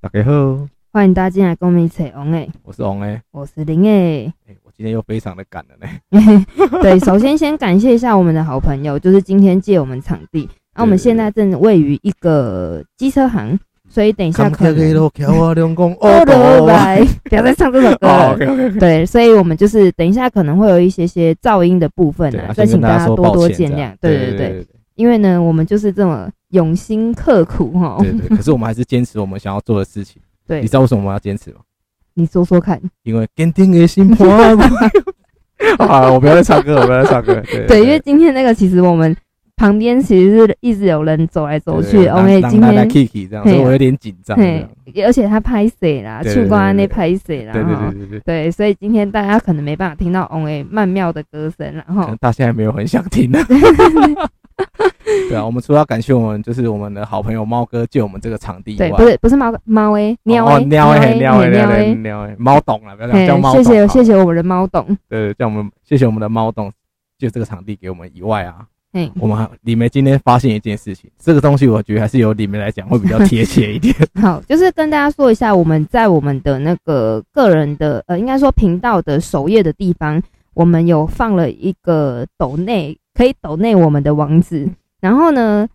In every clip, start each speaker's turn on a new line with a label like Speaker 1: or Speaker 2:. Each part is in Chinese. Speaker 1: 大家好，
Speaker 2: 欢迎大家进来跟我们一起红诶，
Speaker 1: 我是王哎、
Speaker 2: 我是林 诶。
Speaker 1: 哎我今天又非常的赶了呢。
Speaker 2: 对，首先先感谢一下我们的好朋友，就是今天借我们场地。那、我们现在正位于一个机车行，所以等一下可能。
Speaker 1: 路桥啊，两公
Speaker 2: 哦，对，来， 不要再唱这首歌
Speaker 1: 哦
Speaker 2: 了。
Speaker 1: ，OK OK，
Speaker 2: 对，所以我们就是等一下可能会有一些些噪音的部分
Speaker 1: 对，
Speaker 2: 啊，
Speaker 1: 啊
Speaker 2: 所以
Speaker 1: 先
Speaker 2: 请
Speaker 1: 跟大
Speaker 2: 大
Speaker 1: 家
Speaker 2: 家
Speaker 1: 说
Speaker 2: 多
Speaker 1: 抱
Speaker 2: 多
Speaker 1: 歉
Speaker 2: 见
Speaker 1: 这
Speaker 2: 谅
Speaker 1: 样。
Speaker 2: 对
Speaker 1: 对
Speaker 2: 对，因为呢，我们就是这么用心刻苦哈。
Speaker 1: 对对对。可是我们还是坚持我们想要做的事情。
Speaker 2: 对
Speaker 1: 你知道为什么我们要坚持吗？
Speaker 2: 你说说看，
Speaker 1: 因为坚定的心破。好了，我不要再唱歌了，我不要再唱歌了。对
Speaker 2: 对，因为今天那个其实我们旁边其实是一直有人走来走去，OK，今
Speaker 1: 来
Speaker 2: 天
Speaker 1: Kiki 这样，所以我有点紧张。这
Speaker 2: 嘿
Speaker 1: 样，
Speaker 2: 而且他拍谁啦，
Speaker 1: 对对
Speaker 2: 触光安内
Speaker 1: 对对
Speaker 2: 拍谁啦，
Speaker 1: 对对
Speaker 2: 哈
Speaker 1: 对对对。
Speaker 2: 对，所以今天大家可能没办法听到 OA 曼妙的歌声啦，然
Speaker 1: 可
Speaker 2: 后
Speaker 1: 能大家现在没有很想听的。对啊，我们除了要感谢我们就是我们的好朋友猫哥借我们这个场地以
Speaker 2: 对，
Speaker 1: 外，
Speaker 2: 不是不是猫猫 A 喵
Speaker 1: 哦
Speaker 2: A
Speaker 1: 喵哎喵哎
Speaker 2: 喵
Speaker 1: 喵哎
Speaker 2: A，
Speaker 1: 喵哎，猫懂了，不要
Speaker 2: 嘿
Speaker 1: 讲叫猫
Speaker 2: 谢
Speaker 1: 懂。
Speaker 2: 谢谢
Speaker 1: 谢，
Speaker 2: 谢我们的猫董，
Speaker 1: 对，叫我们谢谢我们的猫懂借这个场地给我们以外 啊，
Speaker 2: 嘿，
Speaker 1: 我们还李梅今天发现一件事情，这个东西我觉得还是由李梅来讲会比较贴切 一点。
Speaker 2: 好，就是跟大家说一下，我们在我们的那个个人的呃，应该说频道的首页的地方，我们有放了一个抖内可以抖内我们的网址。然后呢，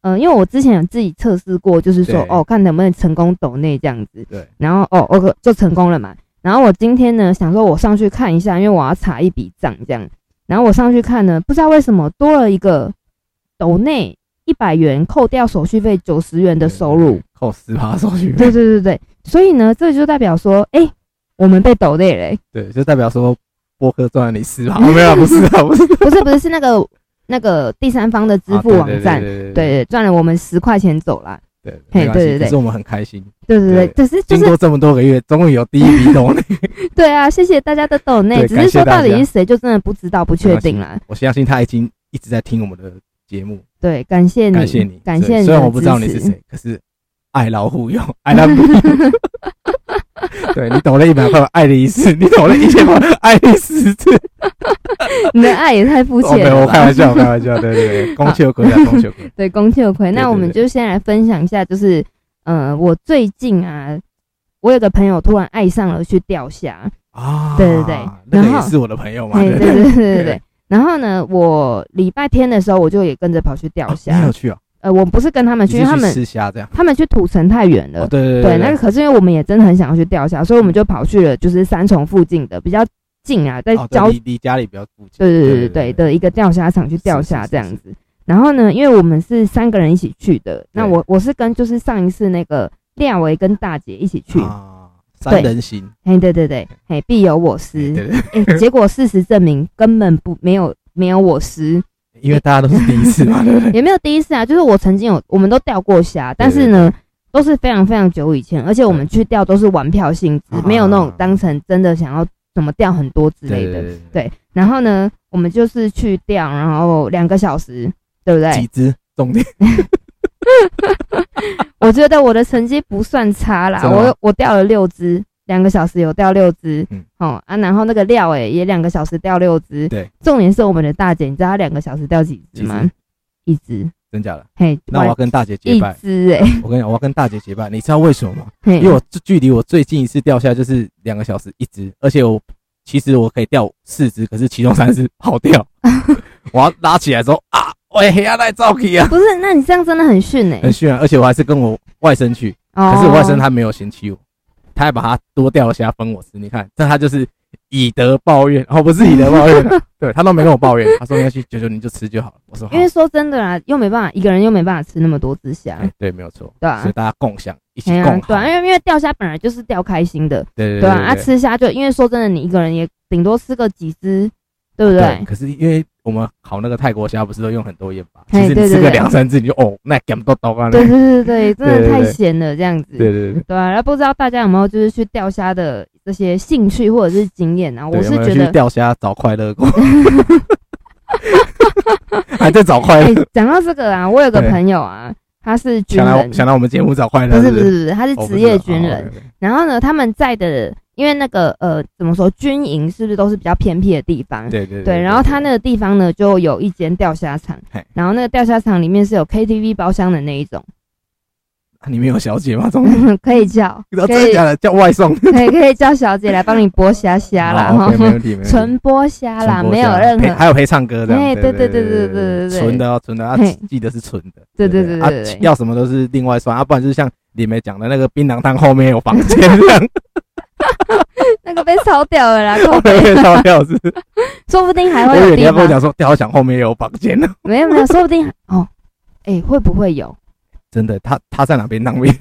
Speaker 2: 呃，因为我之前有自己测试过，就是说
Speaker 1: 对
Speaker 2: 哦，看能不能成功抖内这样子。
Speaker 1: 对。
Speaker 2: 然后哦，OK 就成功了嘛。然后我今天呢，想说我上去看一下，因为我要查一笔账这样。然后我上去看呢，不知道为什么多了一个抖内一百元，扣掉手续费九十元的收入。
Speaker 1: 扣十趴手续
Speaker 2: 对
Speaker 1: 费，
Speaker 2: 对对对，所以呢，这就代表说，哎、我们被抖累 了、欸
Speaker 1: 对，就代表说播客赚了你 十趴，哦没有啊，不是啊，不是
Speaker 2: 不是不是是那个那个第三方的支付网站，
Speaker 1: 啊对
Speaker 2: 对对，赚了我们十块钱走啦。
Speaker 1: 对对，
Speaker 2: 嘿
Speaker 1: 没关系
Speaker 2: 对对对
Speaker 1: 可是我们很开心，
Speaker 2: 对对对，只是就
Speaker 1: 经
Speaker 2: 是
Speaker 1: 过这么多个月，终于有第一笔 懂内。
Speaker 2: 对啊，谢谢大家的抖内，
Speaker 1: 对
Speaker 2: 只
Speaker 1: 感
Speaker 2: 是
Speaker 1: 谢
Speaker 2: 说
Speaker 1: 大
Speaker 2: 到底
Speaker 1: 家
Speaker 2: 是谁，就真的不知道，不确定啦。
Speaker 1: 我相信他已经一直在听我们的节目，
Speaker 2: 对，感谢你，
Speaker 1: 感谢你，
Speaker 2: 嗯感谢
Speaker 1: 对
Speaker 2: 你
Speaker 1: 虽然
Speaker 2: 的
Speaker 1: 我不知道你
Speaker 2: 支
Speaker 1: 是
Speaker 2: 持
Speaker 1: 谁，可是爱老虎用， 爱老虎用。对你懂了一百块，爱了一次；你懂了一千块，爱了十次。
Speaker 2: 你的爱也太肤
Speaker 1: 哦，没
Speaker 2: 浅
Speaker 1: 有，
Speaker 2: 了
Speaker 1: 我
Speaker 2: 吧。
Speaker 1: 开玩笑，我开玩笑。对对对，公求亏啊，公求亏。
Speaker 2: 对，恭喜有亏。
Speaker 1: 对
Speaker 2: 那
Speaker 1: 对
Speaker 2: 我们
Speaker 1: 对
Speaker 2: 就先来分享一下，就是呃，我最近啊，我有个朋友突然爱上了去钓虾，
Speaker 1: 啊，
Speaker 2: 对对对
Speaker 1: 那
Speaker 2: 然
Speaker 1: 个
Speaker 2: 后
Speaker 1: 也是我的朋友嘛，
Speaker 2: 哎，
Speaker 1: 对
Speaker 2: 对对对对
Speaker 1: 对
Speaker 2: 对。然后呢，我礼拜天的时候，我就也跟着跑去钓
Speaker 1: 哦 你
Speaker 2: 虾
Speaker 1: 有。去哦，
Speaker 2: 呃，我不是跟他们
Speaker 1: 你
Speaker 2: 去，
Speaker 1: 是
Speaker 2: 因为他们
Speaker 1: 吃虾这样。
Speaker 2: 他们去土城太远
Speaker 1: 哦，
Speaker 2: 了。
Speaker 1: 对对
Speaker 2: 对，那个可是因为我们也真的很想要去钓虾，所以我们就跑去了，就是三重附近的比较近啊，在
Speaker 1: 哦对
Speaker 2: 郊
Speaker 1: 离离家里比较附近。
Speaker 2: 对对对对对的一个钓虾场去钓虾
Speaker 1: 是是
Speaker 2: 这样
Speaker 1: 是
Speaker 2: 子。然后呢，因为我们是三个人一起去的，那
Speaker 1: 对
Speaker 2: 我我是跟就是上一次那个廖维跟大姐一起去，
Speaker 1: 啊，三
Speaker 2: 对
Speaker 1: 人行。
Speaker 2: 嘿，对对对，嘿，必有我
Speaker 1: 对
Speaker 2: 师
Speaker 1: 对，对，
Speaker 2: 哎、结果事实证明根本不没有没有我师，
Speaker 1: 因为大家都是第一次 嘛，对不对？
Speaker 2: 也没有第一次啊，就是我曾经有我们都钓过虾，但是呢。都是非常非常久以前，而且我们去钓都是玩票性质
Speaker 1: 啊，
Speaker 2: 没有那种当成真的想要怎么钓很多之类的。
Speaker 1: 对
Speaker 2: 对，然后呢，我们就是去钓，然后两个小时，对不
Speaker 1: 几
Speaker 2: 对？
Speaker 1: 只重点
Speaker 2: 我觉得我的成绩不算差啦，
Speaker 1: 真的吗
Speaker 2: 我我钓了六只，两个小时有钓六只，
Speaker 1: 嗯
Speaker 2: 哦啊，然后那个料诶、也两个小时钓六只，
Speaker 1: 对，
Speaker 2: 重点是我们的大姐，你知道她两个小时钓几只吗
Speaker 1: 几只？
Speaker 2: 一只，
Speaker 1: 真假的？
Speaker 2: 嘿，
Speaker 1: 那我要跟大姐结
Speaker 2: 一
Speaker 1: 拜。
Speaker 2: 只诶、
Speaker 1: 我跟你讲，我要跟大姐结拜，你知道为什么吗？
Speaker 2: 嘿，
Speaker 1: 因为我距离我最近一次钓虾就是两个小时一只，而且我其实我可以钓四只，可是其中三只跑 掉，我要拉起来之后啊，喂，黑暗在照起啊，
Speaker 2: 不是，那你这样真的很逊诶、
Speaker 1: 很炫啊！而且我还是跟我外甥去，
Speaker 2: 哦，
Speaker 1: 可是我外甥他没有嫌弃我，他还把他多钓的虾分我吃，你看，但他就是以德报怨，哦，不是以德报怨 啊，对他都没跟我抱怨，他说没关系，九九你就吃就好了，我说好
Speaker 2: 因为说真的啦，又没办法一个人又没办法吃那么多只虾，
Speaker 1: 哎对，没有错，
Speaker 2: 对啊
Speaker 1: 所以大家共享一起
Speaker 2: 哎呀
Speaker 1: 共
Speaker 2: 对
Speaker 1: 好
Speaker 2: 啊，，因为因为钓虾本来就是钓开心的，
Speaker 1: 对对
Speaker 2: 对啊，啊吃虾就因为说真的，你一个人也顶多吃个几只，对不对？
Speaker 1: 可是因为我们烤那个泰国虾，不是都用很多盐巴？其实
Speaker 2: 嘿
Speaker 1: 你
Speaker 2: 哎对
Speaker 1: 吃
Speaker 2: 对
Speaker 1: 个
Speaker 2: 对
Speaker 1: 两三只，你就哦，那干不到啊！
Speaker 2: 对对对
Speaker 1: 对
Speaker 2: 对，真的
Speaker 1: 对
Speaker 2: 太
Speaker 1: 对
Speaker 2: 咸了这样子。
Speaker 1: 对对对，
Speaker 2: 对啊，那不知道大家有没有就是去钓虾的这些兴趣或者是经验啊？我
Speaker 1: 对
Speaker 2: 是
Speaker 1: 有没有
Speaker 2: 觉
Speaker 1: 去
Speaker 2: 得，
Speaker 1: 钓虾找快乐过， 还在找快
Speaker 2: 哎
Speaker 1: 乐，，
Speaker 2: 讲到这个啊，我有个
Speaker 1: 对
Speaker 2: 朋友啊，他是军
Speaker 1: 想
Speaker 2: 人
Speaker 1: 来，哎想来我们节目找快
Speaker 2: 不
Speaker 1: 乐，
Speaker 2: 是
Speaker 1: 不
Speaker 2: 不是不是，他是
Speaker 1: 哦不
Speaker 2: 职业
Speaker 1: 哦
Speaker 2: 军人。
Speaker 1: ，OK，OK
Speaker 2: 然后呢，他们在的因为那个呃，怎么说，军营是不是都是比较偏僻的地方？
Speaker 1: 对对
Speaker 2: 对，然后他那个地方呢，就有一间钓虾场
Speaker 1: 嘿，
Speaker 2: 然后那个钓虾场里面是有 KTV 包厢的那一种，
Speaker 1: 啊你们有小姐吗？ 中午
Speaker 2: 可以 叫，
Speaker 1: 嗯哦真
Speaker 2: 可
Speaker 1: 的
Speaker 2: 以
Speaker 1: 假的？叫外送。
Speaker 2: 可以可以叫小姐来帮你剥虾虾啦，哦
Speaker 1: 好，OK，没
Speaker 2: 哈，
Speaker 1: 问题，没问题。
Speaker 2: 纯剥虾
Speaker 1: 哦
Speaker 2: 啦，
Speaker 1: 纯剥
Speaker 2: 没有
Speaker 1: 虾啊
Speaker 2: 任
Speaker 1: 陪
Speaker 2: 何
Speaker 1: 还有陪唱歌的。
Speaker 2: 哎对对对对对对对
Speaker 1: 纯的哦，纯的，啊
Speaker 2: 嘿，
Speaker 1: 记得是纯的。
Speaker 2: 对对
Speaker 1: 不
Speaker 2: 对对对
Speaker 1: 啊
Speaker 2: 对，
Speaker 1: 要什么都是另外算，啊，不然就是像李梅讲的那个槟榔摊后面有房间这样，
Speaker 2: 那个被烧掉 了啦，靠北
Speaker 1: 被烧掉 是不是。
Speaker 2: 说不定还
Speaker 1: 哦我
Speaker 2: 会
Speaker 1: 以为
Speaker 2: 有
Speaker 1: 你
Speaker 2: 地
Speaker 1: 要跟我
Speaker 2: 方，
Speaker 1: 讲说，吊想后面有房 间呢。
Speaker 2: 没有没有，说不定哦，哎，会不会有？
Speaker 1: 真的，他他在哪边当兵？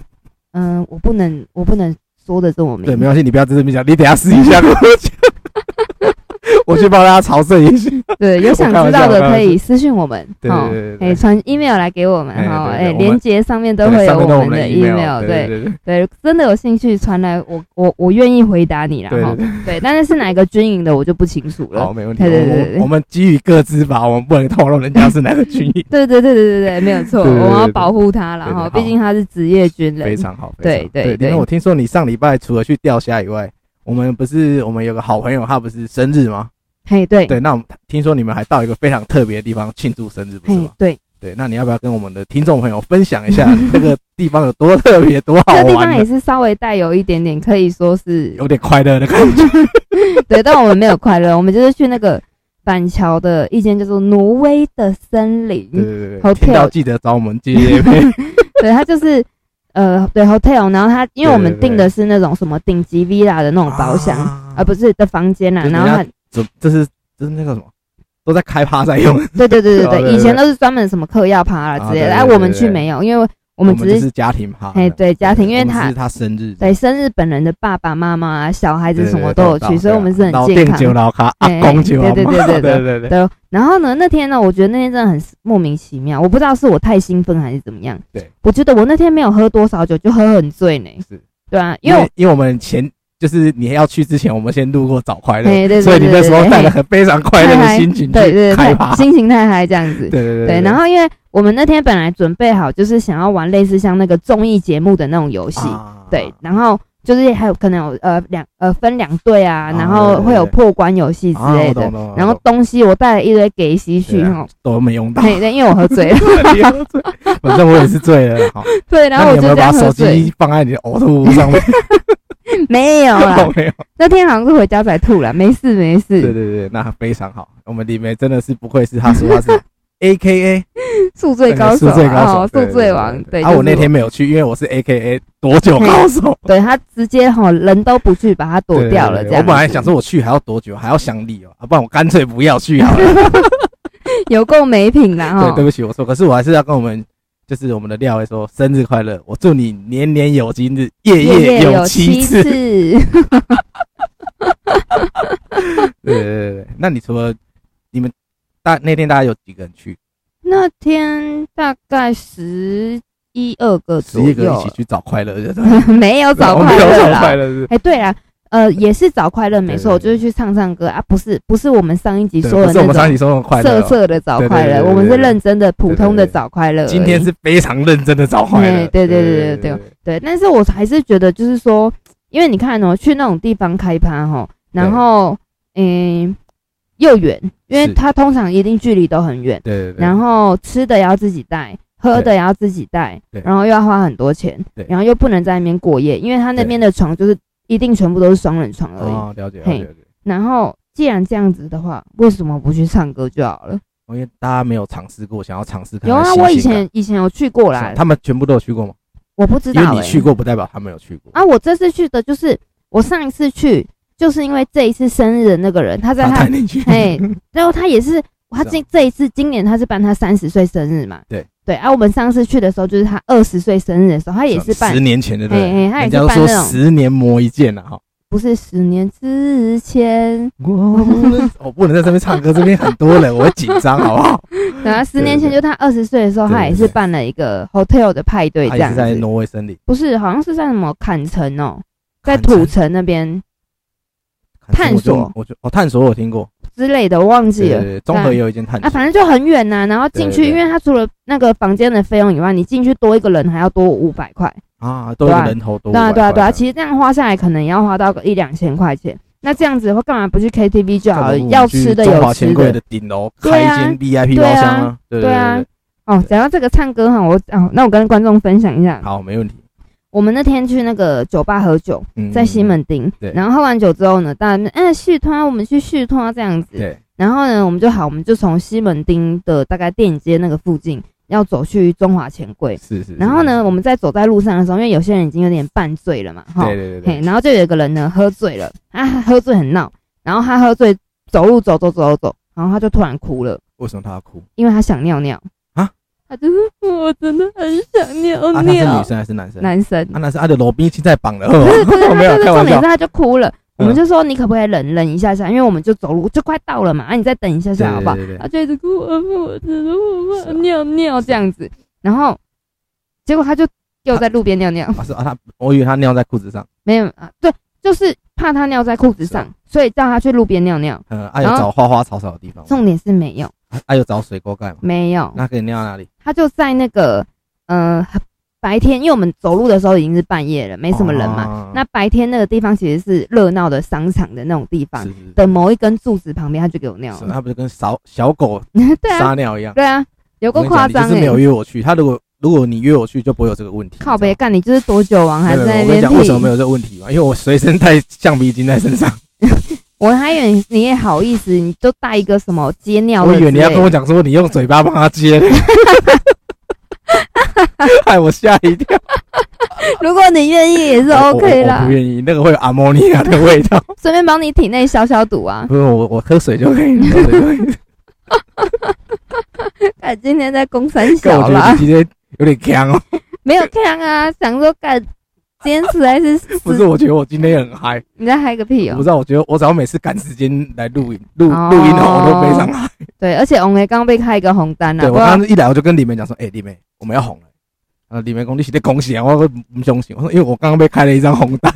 Speaker 2: 嗯，我不能我不能说的这么明，
Speaker 1: 对，没关系，你不要在这边讲，你等一下试一下，我去，我去帮大家朝圣一 下。
Speaker 2: 对，有想知道
Speaker 1: 我开玩笑我开
Speaker 2: 的
Speaker 1: 玩笑
Speaker 2: 可以私信我们，
Speaker 1: 对
Speaker 2: 哦
Speaker 1: 对对对对
Speaker 2: 哎，传 email 来给我们
Speaker 1: 哎
Speaker 2: 哈，
Speaker 1: 对对
Speaker 2: 哎，
Speaker 1: 我们
Speaker 2: 连接上面都
Speaker 1: 对
Speaker 2: 会
Speaker 1: 上
Speaker 2: 有
Speaker 1: 面都有
Speaker 2: 们
Speaker 1: 们
Speaker 2: 的
Speaker 1: 的
Speaker 2: email，对
Speaker 1: 对对
Speaker 2: 对，真的有兴趣传来，我我我愿意回答你啦，
Speaker 1: 对
Speaker 2: 哈
Speaker 1: 对，对，
Speaker 2: 对，但是是哪个军营的我就不清 楚了
Speaker 1: 好，。没问题。我
Speaker 2: 对对对对
Speaker 1: 们
Speaker 2: 对。
Speaker 1: 我们基于各自吧，我们不能透露人家是哪个军营
Speaker 2: 对对对对对对，没有错，
Speaker 1: 对对对
Speaker 2: 我们要
Speaker 1: 对
Speaker 2: 保护他啦
Speaker 1: 对对
Speaker 2: 哈，
Speaker 1: 好
Speaker 2: 毕竟他是职业军人
Speaker 1: 非。常好，非
Speaker 2: 对
Speaker 1: 常好
Speaker 2: 对
Speaker 1: 对。
Speaker 2: 对
Speaker 1: 因为我听说你上礼拜除了去钓虾以外，我们不是我们有个好朋友，他不是生日吗？
Speaker 2: 嘿，对，
Speaker 1: 对，那我们听说你们还到一个非常特别的地方庆祝生日，不是
Speaker 2: 嘿
Speaker 1: 吗，？
Speaker 2: 对，
Speaker 1: 对，那你要不要跟我们的听众朋友分享一 下这个地方有多特别、多好
Speaker 2: 这个地
Speaker 1: 玩
Speaker 2: 方也
Speaker 1: 呢？
Speaker 2: 是稍微带有一点点，可以说是
Speaker 1: 有点快乐的感觉。
Speaker 2: 对，但我们没有快乐，我们就是去那个板桥的一间叫做挪威的森
Speaker 1: 对
Speaker 2: 林，
Speaker 1: 对对对，
Speaker 2: Hotel
Speaker 1: 听到记得找我们接业配。
Speaker 2: 对，它就是。呃，对，hotel，然后它因为我
Speaker 1: 对
Speaker 2: 们
Speaker 1: 对对
Speaker 2: 订的是那种什么顶级 villa 的那种包厢，
Speaker 1: 啊
Speaker 2: 啊，不是的房间啦，
Speaker 1: 就是
Speaker 2: 然后它
Speaker 1: 人这这是这是那个什么，都在开趴在用。
Speaker 2: 对对对 对
Speaker 1: 哦对对
Speaker 2: 对，以前都是专门什么嗑药趴啦之类的，
Speaker 1: 啊对对
Speaker 2: 哎，
Speaker 1: 对
Speaker 2: 我们
Speaker 1: 对
Speaker 2: 去
Speaker 1: 对
Speaker 2: 没有，因为 我
Speaker 1: 我
Speaker 2: 们只
Speaker 1: 就是是家庭趴。
Speaker 2: 哎对家庭，因为
Speaker 1: 我们
Speaker 2: 他
Speaker 1: 是他生日，
Speaker 2: 对生日本人的爸爸妈妈啊、小孩
Speaker 1: 对，
Speaker 2: 子什么
Speaker 1: 对
Speaker 2: 都有去，所以我们是很
Speaker 1: 老
Speaker 2: 健
Speaker 1: 店酒
Speaker 2: 康。
Speaker 1: 老咖，阿
Speaker 2: 哎
Speaker 1: 公酒阿
Speaker 2: 对
Speaker 1: 妈
Speaker 2: 对对
Speaker 1: 对
Speaker 2: 对对
Speaker 1: 对对
Speaker 2: 对，然后呢？那天呢，我觉得那天真的很莫名其妙，我不知道是我太兴奋还是怎么样。
Speaker 1: 对，
Speaker 2: 我觉得我那天没有喝多少酒，就喝很醉呢。
Speaker 1: 是，
Speaker 2: 对啊，因
Speaker 1: 因
Speaker 2: 为我
Speaker 1: 为因为我们前就是你要去之前，我们先路过找快乐，
Speaker 2: 哎对对对
Speaker 1: 所以你那时候
Speaker 2: 对对
Speaker 1: 带了很非常快乐的心情去
Speaker 2: 对对对
Speaker 1: 开趴
Speaker 2: 太，心情太嗨这样子。
Speaker 1: 对对
Speaker 2: 对，然后因为我们那天本来准备好就是想要玩类似像那个综艺节目的那种游戏，
Speaker 1: 啊
Speaker 2: 对，然后就是还有可能有呃两呃分两队啊，
Speaker 1: 啊
Speaker 2: 然后会有
Speaker 1: 对对
Speaker 2: 破关游戏之
Speaker 1: 啊
Speaker 2: 类
Speaker 1: 我
Speaker 2: 的
Speaker 1: 懂，懂
Speaker 2: 然后
Speaker 1: 懂
Speaker 2: 东西我带了一堆给西去
Speaker 1: 对啊
Speaker 2: 哈，
Speaker 1: 都没用到，
Speaker 2: 对对，因为我喝醉了，
Speaker 1: 反正我也是醉了。好，
Speaker 2: 对，然后
Speaker 1: 那
Speaker 2: 我
Speaker 1: 你有
Speaker 2: 就
Speaker 1: 没
Speaker 2: 这
Speaker 1: 有把
Speaker 2: 样喝
Speaker 1: 手
Speaker 2: 醉，
Speaker 1: 机放在你的呕吐物 上面？
Speaker 2: 没有啦，
Speaker 1: 没有。
Speaker 2: 那天好像是回家才吐了，没事没
Speaker 1: 对对
Speaker 2: 事，
Speaker 1: 对，那非常好。我们李梅真的是不愧是，她说她 是 A K A
Speaker 2: 宿醉高手
Speaker 1: 宿醉高
Speaker 2: 啊，
Speaker 1: 手
Speaker 2: 哦，
Speaker 1: 对
Speaker 2: 宿醉王，对，
Speaker 1: 啊，
Speaker 2: 就是
Speaker 1: 我那天没有去，因为我是 A K A 躲酒高手，
Speaker 2: 对他直接哈人都不去把他躲
Speaker 1: 对
Speaker 2: 掉了，
Speaker 1: 对
Speaker 2: 这
Speaker 1: 对
Speaker 2: 样
Speaker 1: 我
Speaker 2: 子，
Speaker 1: 本来想说我去还要多久，还要想理由，啊不然我干脆不要去好了。
Speaker 2: 有够没品啦哈
Speaker 1: 对，，对不起，我错。可是我还是要跟我们，就是我们的廖伟说生日快乐，我祝你年年有今日，夜
Speaker 2: 夜
Speaker 1: 有
Speaker 2: 七
Speaker 1: 次。对
Speaker 2: 次。
Speaker 1: 对对对，那你除了你们大那天大概有几个人去？
Speaker 2: 那天大概十一二个
Speaker 1: 十
Speaker 2: 左
Speaker 1: 一个人一
Speaker 2: 右
Speaker 1: 起，去找快乐，对
Speaker 2: 没有 找
Speaker 1: 我
Speaker 2: 快
Speaker 1: 们有
Speaker 2: 乐
Speaker 1: 找快
Speaker 2: 啦。
Speaker 1: 乐是
Speaker 2: 哎，对啊，呃，也是找快乐，没错，
Speaker 1: 对对
Speaker 2: 就是去唱唱歌啊，不是不是我们上一集
Speaker 1: 对
Speaker 2: 说
Speaker 1: 不
Speaker 2: 的
Speaker 1: 是我们上一
Speaker 2: 那
Speaker 1: 集说的
Speaker 2: 种
Speaker 1: 快乐
Speaker 2: 色
Speaker 1: 哦。
Speaker 2: 色的找快
Speaker 1: 对对对
Speaker 2: 乐，
Speaker 1: 对对
Speaker 2: 我们是认真的、普通的
Speaker 1: 对对对
Speaker 2: 找快乐而已。
Speaker 1: 今天是非常认真的找快乐
Speaker 2: 哎，对对对对对对，但是我还是觉得就是说，因为你看哦，去那种地方开趴哈，然后嗯又远，因为
Speaker 1: 是
Speaker 2: 它通常一定距离都很远。
Speaker 1: 对对对，
Speaker 2: 然后吃的也要自己带，喝的也要自己带
Speaker 1: 对，
Speaker 2: 然后又要花很多钱
Speaker 1: 对，
Speaker 2: 然后又不能在那边过夜，因为他那边的床就是一定全部都是双人床而已。
Speaker 1: 哦，了解了解
Speaker 2: 嘿
Speaker 1: 了解。
Speaker 2: 然后既然这样子的话，为什么不去唱歌就好了？
Speaker 1: 哦因为大家没有尝试过，想要尝试看
Speaker 2: 有
Speaker 1: 看
Speaker 2: 啊，
Speaker 1: 新
Speaker 2: 我以
Speaker 1: 鲜感
Speaker 2: 前以前有去过啦
Speaker 1: 是，啊他们全部都有去过吗？
Speaker 2: 我不知
Speaker 1: 因为
Speaker 2: 道
Speaker 1: 你
Speaker 2: 欸
Speaker 1: 去过，不代表他们有去过。
Speaker 2: 啊，我这次去的就是我上一次去，就是因为这一次生日的那个人，他在
Speaker 1: 他
Speaker 2: 他
Speaker 1: 带你去，
Speaker 2: 哎，然后他也是，他
Speaker 1: 是啊
Speaker 2: 今这一次今年他是办他三十岁生日嘛？
Speaker 1: 对
Speaker 2: 对啊，我们上次去的时候就是他二十岁生日的时候，他也是办
Speaker 1: 啊十，年前的，对不对
Speaker 2: 哎哎他
Speaker 1: 人
Speaker 2: 也是
Speaker 1: 家都
Speaker 2: 办
Speaker 1: 说
Speaker 2: 那种
Speaker 1: 十年磨一剑了 哈。
Speaker 2: 不是十年之 前，
Speaker 1: 我不能，我不能在这边唱歌，这边很多人，我会紧张，好不好？
Speaker 2: 然后啊十年前就他二十岁的时候，
Speaker 1: 对对
Speaker 2: 他也是办了一个 hotel 的派 对
Speaker 1: 他
Speaker 2: 这
Speaker 1: 也
Speaker 2: 样
Speaker 1: 是在
Speaker 2: 子，
Speaker 1: 挪威森林，
Speaker 2: 不是好像是在什么坎城哦，在
Speaker 1: 坎城
Speaker 2: 土城那边
Speaker 1: 坎城我就我
Speaker 2: 探索
Speaker 1: 就哦，探索我有听过，
Speaker 2: 之类的，我忘
Speaker 1: 对
Speaker 2: 记
Speaker 1: 对
Speaker 2: 了。
Speaker 1: 对，综合也有一间探
Speaker 2: 啊，
Speaker 1: 索，
Speaker 2: 反正就很远呐、然后进去，
Speaker 1: 对对
Speaker 2: 因
Speaker 1: 对
Speaker 2: 为他除了那个房间的费用以外，你进去多一个人还要多五百块。
Speaker 1: 啊，都有
Speaker 2: 对啊
Speaker 1: 人头多，
Speaker 2: 对啊，对啊，对啊，其
Speaker 1: 实
Speaker 2: 实这样花下来可能也要花到个一两千块钱。那这样子的话，干嘛不去 KTV 啊就好了？要吃的
Speaker 1: 中
Speaker 2: 有
Speaker 1: 华
Speaker 2: 吃
Speaker 1: 钱柜
Speaker 2: 的
Speaker 1: 的，顶楼
Speaker 2: 对
Speaker 1: 开一
Speaker 2: 啊
Speaker 1: 间 VIP
Speaker 2: 对
Speaker 1: 包
Speaker 2: 啊
Speaker 1: 厢啊，对
Speaker 2: 对啊
Speaker 1: 对，
Speaker 2: 哦，讲到这个唱歌哈，我哦，那我跟观众分享一下，
Speaker 1: 好，没问题。
Speaker 2: 我们那天去那个酒吧喝酒，
Speaker 1: 嗯，
Speaker 2: 在西门町，
Speaker 1: 对
Speaker 2: 然后喝完酒之后呢，大家哎续团，我们去续团这样子，
Speaker 1: 对，
Speaker 2: 然后呢，我们就好，我们就从西门町的大概电影街那个附近要走去中华钱柜，
Speaker 1: 是是。
Speaker 2: 然后呢，
Speaker 1: 是，
Speaker 2: 我们在走在路上的时候，因为有些人已经有点半醉了嘛，哈，
Speaker 1: 对对对
Speaker 2: 嘿，
Speaker 1: 对，
Speaker 2: 然后就有一个人呢喝醉了，啊，他喝醉很闹，然后他喝醉走路走走走走走，然后他就突然哭了，
Speaker 1: 为什么他要哭？
Speaker 2: 因为他想尿尿
Speaker 1: 啊，
Speaker 2: 他就是我真的很想尿
Speaker 1: 啊，他是
Speaker 2: 尿
Speaker 1: 女，生还是男生？
Speaker 2: 男生，
Speaker 1: 啊，那是阿的罗宾现在绑了，
Speaker 2: 可是可 是
Speaker 1: 没
Speaker 2: 他
Speaker 1: 有
Speaker 2: 就
Speaker 1: 开
Speaker 2: 是重
Speaker 1: 玩
Speaker 2: 点是
Speaker 1: 笑。
Speaker 2: 他就哭了，我们
Speaker 1: 嗯
Speaker 2: 就说你可不可以忍忍一下下，因为我们就走路就快到了嘛，啊，你再等一下
Speaker 1: 对
Speaker 2: 下好不好？
Speaker 1: 对对对
Speaker 2: 他就一直哭，呃我真的我
Speaker 1: 是啊
Speaker 2: 我尿尿这样子，然后结果他就又在路边尿尿。
Speaker 1: 啊是啊，他我以为他尿在裤子上，
Speaker 2: 没有啊，对，就是怕他尿在裤子
Speaker 1: 啊
Speaker 2: 上，所以叫他去路边尿尿。
Speaker 1: 嗯，啊有
Speaker 2: 然后
Speaker 1: 找花花草草的地方吗，
Speaker 2: 重点是没有，
Speaker 1: 啊有找水沟盖嘛，
Speaker 2: 没有，
Speaker 1: 哦那可以尿哪里？
Speaker 2: 他就在那个呃白天，因为我们走路的时候已经是半夜了，没什么人嘛。
Speaker 1: 嘛
Speaker 2: 那白天那个地方其实是热闹的商场的那种地方
Speaker 1: 是是
Speaker 2: 的某一根柱子旁边，他就给我尿
Speaker 1: 是，啊
Speaker 2: 了。
Speaker 1: 他不是跟小小狗
Speaker 2: 对啊，
Speaker 1: 撒尿一样？
Speaker 2: 对啊，有够
Speaker 1: 我跟你讲
Speaker 2: 夸
Speaker 1: 你
Speaker 2: 张
Speaker 1: 就是没
Speaker 2: 哎
Speaker 1: 有！约我去。他如果如果你约我去，就不会有这个问题。
Speaker 2: 靠
Speaker 1: 背
Speaker 2: 北，干，你就是多久王
Speaker 1: 没
Speaker 2: 还
Speaker 1: 有
Speaker 2: 在
Speaker 1: 没有
Speaker 2: 那
Speaker 1: 我跟你
Speaker 2: 边
Speaker 1: 讲，为什么没
Speaker 2: 屁？
Speaker 1: 有这个问题嘛？因为我随身带橡皮筋在身上，
Speaker 2: 我还以为你也好意思，你就带一个什么接尿的
Speaker 1: 我
Speaker 2: 之类
Speaker 1: 以为
Speaker 2: 的。
Speaker 1: 你要跟我讲说你用嘴巴帮他接，害我吓一跳。
Speaker 2: 如果你愿意也是
Speaker 1: 我我
Speaker 2: OK
Speaker 1: 我
Speaker 2: 啦
Speaker 1: 不。愿意，那个会有阿莫尼亚的味 道。
Speaker 2: 顺便帮你体内消消 毒啊！
Speaker 1: 不是我，我喝水就可以， 喝水就可以。
Speaker 2: 干，今天在公三
Speaker 1: 但我
Speaker 2: 小
Speaker 1: 觉得
Speaker 2: 啦
Speaker 1: 你，今天有点强哦，
Speaker 2: 没有看啊，想说干，今天实在是
Speaker 1: 不是？我觉得我今天很嗨，
Speaker 2: 你在嗨个屁
Speaker 1: 我
Speaker 2: 哦
Speaker 1: 不！知道，啊我觉得我只要每次赶时间来录影录
Speaker 2: 哦
Speaker 1: 录音的话，我都非常嗨。
Speaker 2: 对，而且我们刚被开一个红单啊，
Speaker 1: 对
Speaker 2: 不
Speaker 1: 我
Speaker 2: 知道
Speaker 1: 刚刚一来我就跟李梅讲说，哎，李梅，我们要红了。啊，李梅讲你是在恭喜啊，我说不恭喜，我说因为我刚刚被开了一张红 单，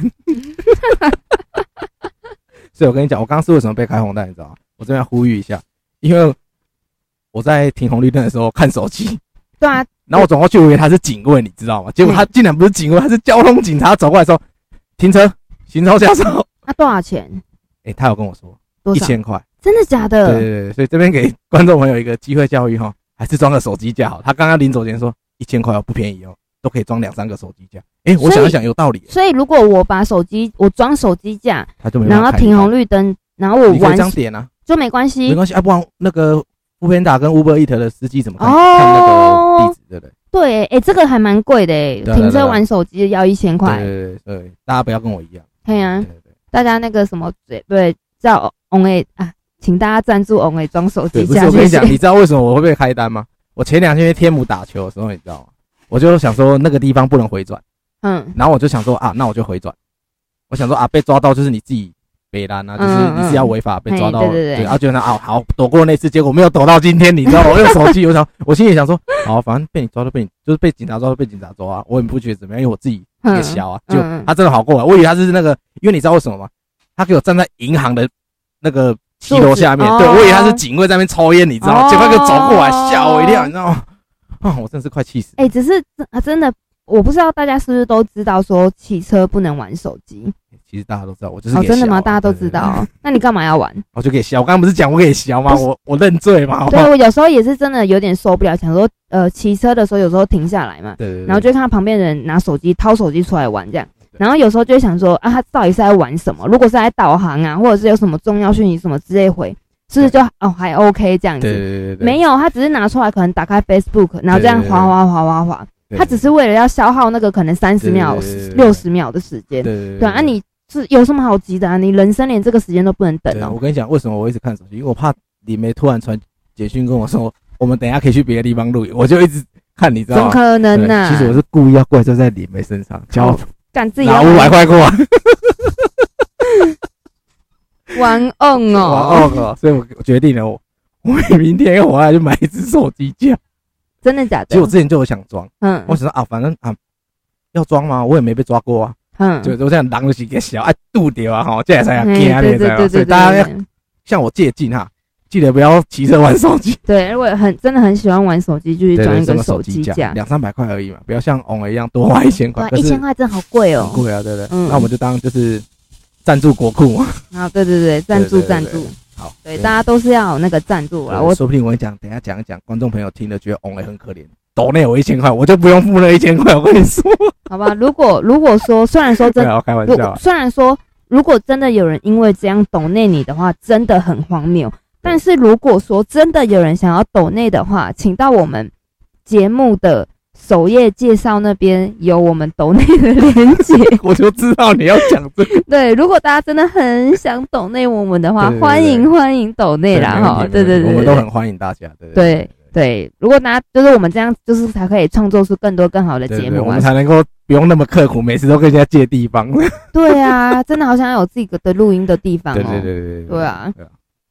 Speaker 1: 所以我跟你讲，我刚刚是为什么被开红单，你知道吗？我这边要呼吁一下，因为我在停红绿灯的时候看手机，
Speaker 2: 对啊，
Speaker 1: 然后我转过去，我以为他是警卫，你知道吗？结
Speaker 2: 嗯
Speaker 1: 果他竟然不是警卫，他是交通警察。走过来说：“哎停车，行超下手。
Speaker 2: 那啊多少钱？”
Speaker 1: 哎，他有跟我说
Speaker 2: 多
Speaker 1: 一
Speaker 2: 少？嗯
Speaker 1: 千块。
Speaker 2: 真的假
Speaker 1: 对
Speaker 2: 的？
Speaker 1: 对对，所以这边给观众朋友一个机会教育哈，还是装个手机架好。他刚刚临走前说一千块哦，不便宜哦，都可以装两三个手机架。哎，我想一想有道理，
Speaker 2: 所以如果我把手机，我装手机架，
Speaker 1: 他就没办
Speaker 2: 然
Speaker 1: 法
Speaker 2: 后
Speaker 1: 开
Speaker 2: 停红绿灯，然后我
Speaker 1: 你可以
Speaker 2: 玩
Speaker 1: 这样点啊，
Speaker 2: 就没关
Speaker 1: 没
Speaker 2: 系。
Speaker 1: 关系啊，不然那个 Uber 跟 Uber Eat 的司机怎么看
Speaker 2: 哦
Speaker 1: 看那个地址，对不对？
Speaker 2: 对，哎，这个还蛮贵的欸，
Speaker 1: 对啊
Speaker 2: 停
Speaker 1: 对啊
Speaker 2: 车玩手机要一千块。
Speaker 1: 对对对对，大家不要跟我一样。
Speaker 2: 嘿啊
Speaker 1: 对对对
Speaker 2: 大家那个什么对对叫 on A 啊，请大家赞助 on A 装手
Speaker 1: 对，
Speaker 2: 机
Speaker 1: 不是
Speaker 2: 架，
Speaker 1: 我跟你讲，
Speaker 2: 谢
Speaker 1: 你
Speaker 2: 谢
Speaker 1: 知道为什么我会被开单吗？我前两天去天母打球的时候，你知道吗？我就想说那个地方不能回转，
Speaker 2: 嗯，
Speaker 1: 然后我就想说啊，那我就回转。我想说啊，被抓到就是你自己北单啊，就是
Speaker 2: 嗯
Speaker 1: 你是要违法被抓到，
Speaker 2: 嘿对对对
Speaker 1: 然后就想啊，好躲过那次，结果没有躲到今天，你知道吗？我用手机，我想，我心里想说，好，反正被你抓到被你就是被警察抓到被警察抓啊，我也不觉得怎么样，因为我自己也
Speaker 2: 嗯
Speaker 1: 小啊，
Speaker 2: 嗯
Speaker 1: 就
Speaker 2: 嗯
Speaker 1: 他真的好过来，我以为他是那个，因为你知道为什么吗？他给我站在银行的那个七楼下面
Speaker 2: 柱，子
Speaker 1: 对
Speaker 2: 哦
Speaker 1: 我以为他是警卫在那边抽烟，你知道吗？
Speaker 2: 哦
Speaker 1: 结果他给我走过来，吓我一跳，你知道吗？啊，我真是快气死！
Speaker 2: 哎、只是真啊，真的，我不知道大家是不是都知道说骑车不能玩手机
Speaker 1: 其实大家都知道，我就是
Speaker 2: 哦，
Speaker 1: 给
Speaker 2: 真的
Speaker 1: 小
Speaker 2: 吗？
Speaker 1: 啊
Speaker 2: 大家都知道，
Speaker 1: 对对对
Speaker 2: 哦，那你干嘛要玩？
Speaker 1: 我就给削。我刚刚不是讲我给削吗？
Speaker 2: 不是
Speaker 1: 我我认罪嘛，好不
Speaker 2: 对啊
Speaker 1: 好？
Speaker 2: 我有时候也是真的有点受不了，想说呃，骑车的时候有时候停下来嘛，
Speaker 1: 对对对，
Speaker 2: 然后就看到旁边的人拿手机掏手机出来玩这样。
Speaker 1: 对
Speaker 2: 然后有时候就会想说啊，他到底是在玩什么？如果是在导航啊，或者是有什么重要讯息什么之类回，是不是就哦还 OK 这样子？
Speaker 1: 对对对对对，
Speaker 2: 没有，他只是拿出来，可能打开 Facebook，然后这样
Speaker 1: 对对对
Speaker 2: 滑滑滑滑滑，
Speaker 1: 对，
Speaker 2: 他只是为了要消耗那个可能三十秒、六
Speaker 1: 对
Speaker 2: 十秒的时
Speaker 1: 对。
Speaker 2: 间
Speaker 1: 对对
Speaker 2: 对啊，你是有什么好急的啊？你人生连这个时间都不能等
Speaker 1: 对
Speaker 2: 哦
Speaker 1: 我。跟你讲，为什么我一直看手机？因为我怕李梅突然传简讯跟我说，我们等一下可以去别的地方录影，我就一直看，你知
Speaker 2: 怎
Speaker 1: 道
Speaker 2: 么
Speaker 1: 吗？
Speaker 2: 可能呢、
Speaker 1: 对其实我是故意要怪罪在李梅身上，叫我
Speaker 2: 敢自己
Speaker 1: 拿
Speaker 2: 要
Speaker 1: 五百块过来。
Speaker 2: 玩 on 哦，
Speaker 1: 哇哦，所以我决定了，我我明天要回来就买一只手机架。
Speaker 2: 真的假
Speaker 1: 其实我
Speaker 2: 的？
Speaker 1: 之前就有想装，
Speaker 2: 嗯
Speaker 1: 我想说啊，反正啊要装吗？我也没被抓过啊，
Speaker 2: 嗯，
Speaker 1: 就就这样狼就是给小爱度掉啊，吼，这样才要
Speaker 2: 嘿
Speaker 1: 惊啊，
Speaker 2: 对
Speaker 1: 你知
Speaker 2: 对
Speaker 1: 道
Speaker 2: 对
Speaker 1: 吗？所
Speaker 2: 对
Speaker 1: 以大家要
Speaker 2: 对
Speaker 1: 向我借镜哈，记得不要骑车玩手机，
Speaker 2: 对，如果很真的很喜欢玩手机，就去装一
Speaker 1: 什
Speaker 2: 个
Speaker 1: 么手
Speaker 2: 机
Speaker 1: 架，两三百块而已嘛，不要像翁儿一样多花一千块
Speaker 2: 哇，，
Speaker 1: 可
Speaker 2: 一
Speaker 1: 是
Speaker 2: 千
Speaker 1: 很
Speaker 2: 块真的好贵哦。
Speaker 1: 贵啊，对不对？
Speaker 2: 嗯
Speaker 1: 那我们就当就是赞助国库嘛。
Speaker 2: 啊，对对对，赞
Speaker 1: 对对
Speaker 2: 助
Speaker 1: 对
Speaker 2: 赞
Speaker 1: 对
Speaker 2: 助，
Speaker 1: 好好，
Speaker 2: 对，大家都是要有那个赞助啦。
Speaker 1: 对
Speaker 2: 啊我
Speaker 1: 说不定我讲，等一下讲一讲，观众朋友听了觉得翁哎很可怜，抖内我一千块，我就不用付那一千块。我跟你说，
Speaker 2: 好吧，如果如果说虽然说
Speaker 1: 没
Speaker 2: 真
Speaker 1: 有开玩
Speaker 2: 如
Speaker 1: 笑啊。
Speaker 2: 虽然说，如果真的有人因为这样抖内你的话，真的很荒谬。但是如果说真的有人想要抖内的话，请到我们节目的首页介绍那边有我们抖内的链 接。
Speaker 1: 我就知道你要讲这个，
Speaker 2: 对，如果大家真的很想抖内我们的话，
Speaker 1: 对对对
Speaker 2: 欢迎欢迎抖内啦
Speaker 1: 没问
Speaker 2: 哈。
Speaker 1: 题
Speaker 2: 对对
Speaker 1: 哦我
Speaker 2: 对
Speaker 1: 们都
Speaker 2: 对
Speaker 1: 很欢迎大家，对
Speaker 2: 对对，如果大家就是我们这样，就是才可以创作出更多更好的
Speaker 1: 对
Speaker 2: 节
Speaker 1: 对对，
Speaker 2: 目
Speaker 1: 我
Speaker 2: 啊
Speaker 1: 们。才能够不用那么刻苦，每次都跟人家借地方。对
Speaker 2: 对啊，真的好想要有自己的录音的地方哦。
Speaker 1: 对对对
Speaker 2: 对啊，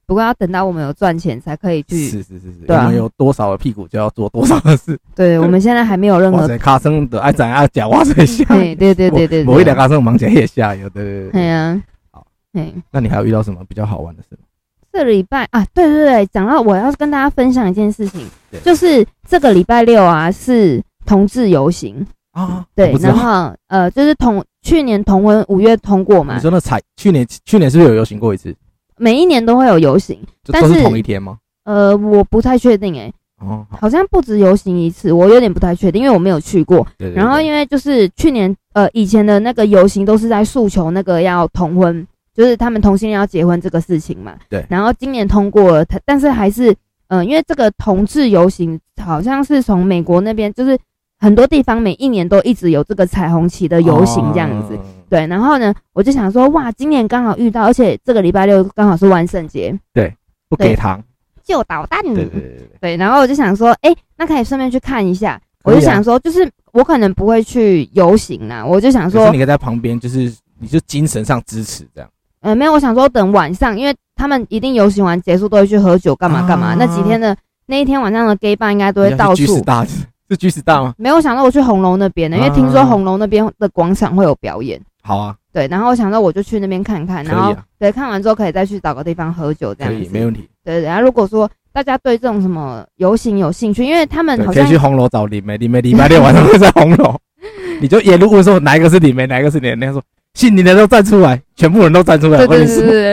Speaker 2: 不过要等到我们有赚钱才可以去。
Speaker 1: 是是是是，
Speaker 2: 对
Speaker 1: 我
Speaker 2: 啊
Speaker 1: 们有多少的屁股就要做多少的事。
Speaker 2: 对，我们现在还没有任
Speaker 1: 哇
Speaker 2: 何。
Speaker 1: 塞，卡生的爱怎样讲哇塞下，
Speaker 2: 对对对对对，
Speaker 1: 我一两
Speaker 2: 个。
Speaker 1: 卡生忙起来也下有，对对对
Speaker 2: 哎
Speaker 1: 对。
Speaker 2: 呀
Speaker 1: 好，
Speaker 2: 哎，
Speaker 1: 那你还有遇到什么比较好玩的事吗？
Speaker 2: 这礼拜啊，对对对，讲到我要跟大家分享一件事情
Speaker 1: 对，
Speaker 2: 就是这个礼拜六啊是同志游行，
Speaker 1: 啊，
Speaker 2: 对
Speaker 1: 我不，知
Speaker 2: 然
Speaker 1: 道
Speaker 2: 后呃就是同去年同婚五月通过嘛
Speaker 1: 你，说那彩去年去年是不是有游行过一次？
Speaker 2: 每一年都会有游行，
Speaker 1: 就
Speaker 2: 但
Speaker 1: 都
Speaker 2: 是
Speaker 1: 同一天吗？
Speaker 2: 呃，我不太确定哎、
Speaker 1: 哦，好
Speaker 2: 好像不止游行一次，我有点不太确定，因为我没有去过。
Speaker 1: 对对。
Speaker 2: 然后
Speaker 1: 对
Speaker 2: 因为就是去年呃以前的那个游行都是在诉求那个要同婚，就是他们同性恋要结婚这个事情嘛。
Speaker 1: 对
Speaker 2: 然后今年通过了，它但是还是嗯、呃因为这个同志游行好像是从美国那边，就是很多地方每一年都一直有这个彩虹旗的游行这样子。
Speaker 1: 哦
Speaker 2: 对，然后呢，我就想说，哇，今年刚好遇到，而且这个礼拜六刚好是万圣节，
Speaker 1: 不
Speaker 2: 对
Speaker 1: 给糖，
Speaker 2: 就捣蛋。
Speaker 1: 对对对对对。
Speaker 2: 对，然后我就想说，哎、那可以顺便去看一下。
Speaker 1: 可
Speaker 2: 我
Speaker 1: 以啊
Speaker 2: 就想说，就是我可能不会去游行啦，我就想
Speaker 1: 可是
Speaker 2: 说
Speaker 1: 你，可以在旁边，就是你就精神上支持这样。
Speaker 2: 呃，没有，我想说等晚上，因为他们一定游行完结束都会去喝酒干嘛干嘛。
Speaker 1: 啊
Speaker 2: 那几天的那一天晚上的 gay 吧应该都会
Speaker 1: 你要
Speaker 2: 到
Speaker 1: 去居士
Speaker 2: 处。
Speaker 1: 大 是居士大吗？
Speaker 2: 没有我想到我去红楼那边的，因为听说
Speaker 1: 啊
Speaker 2: 红楼那边的广场会有表演。
Speaker 1: 好啊，
Speaker 2: 对，然后我想到我就去那边看看，
Speaker 1: 可
Speaker 2: 然后、
Speaker 1: 以啊，
Speaker 2: 对看完之后可以再去找个地方喝酒这
Speaker 1: 可
Speaker 2: 样
Speaker 1: 以，
Speaker 2: 子。嗯
Speaker 1: 没问题。
Speaker 2: 对，然后如果说大家对这种什么游行有兴趣，因为他们
Speaker 1: 对，
Speaker 2: 好
Speaker 1: 可以
Speaker 2: 像
Speaker 1: 去红楼找林梅，林梅礼拜六晚上会在红楼，你就沿路问说哪一个是李梅，哪一个是林梅，人家说姓林的都站出来，全部人都站出来，
Speaker 2: 对
Speaker 1: 啊我
Speaker 2: 对
Speaker 1: 跟
Speaker 2: 对
Speaker 1: 你
Speaker 2: 对
Speaker 1: 说
Speaker 2: 对，对对。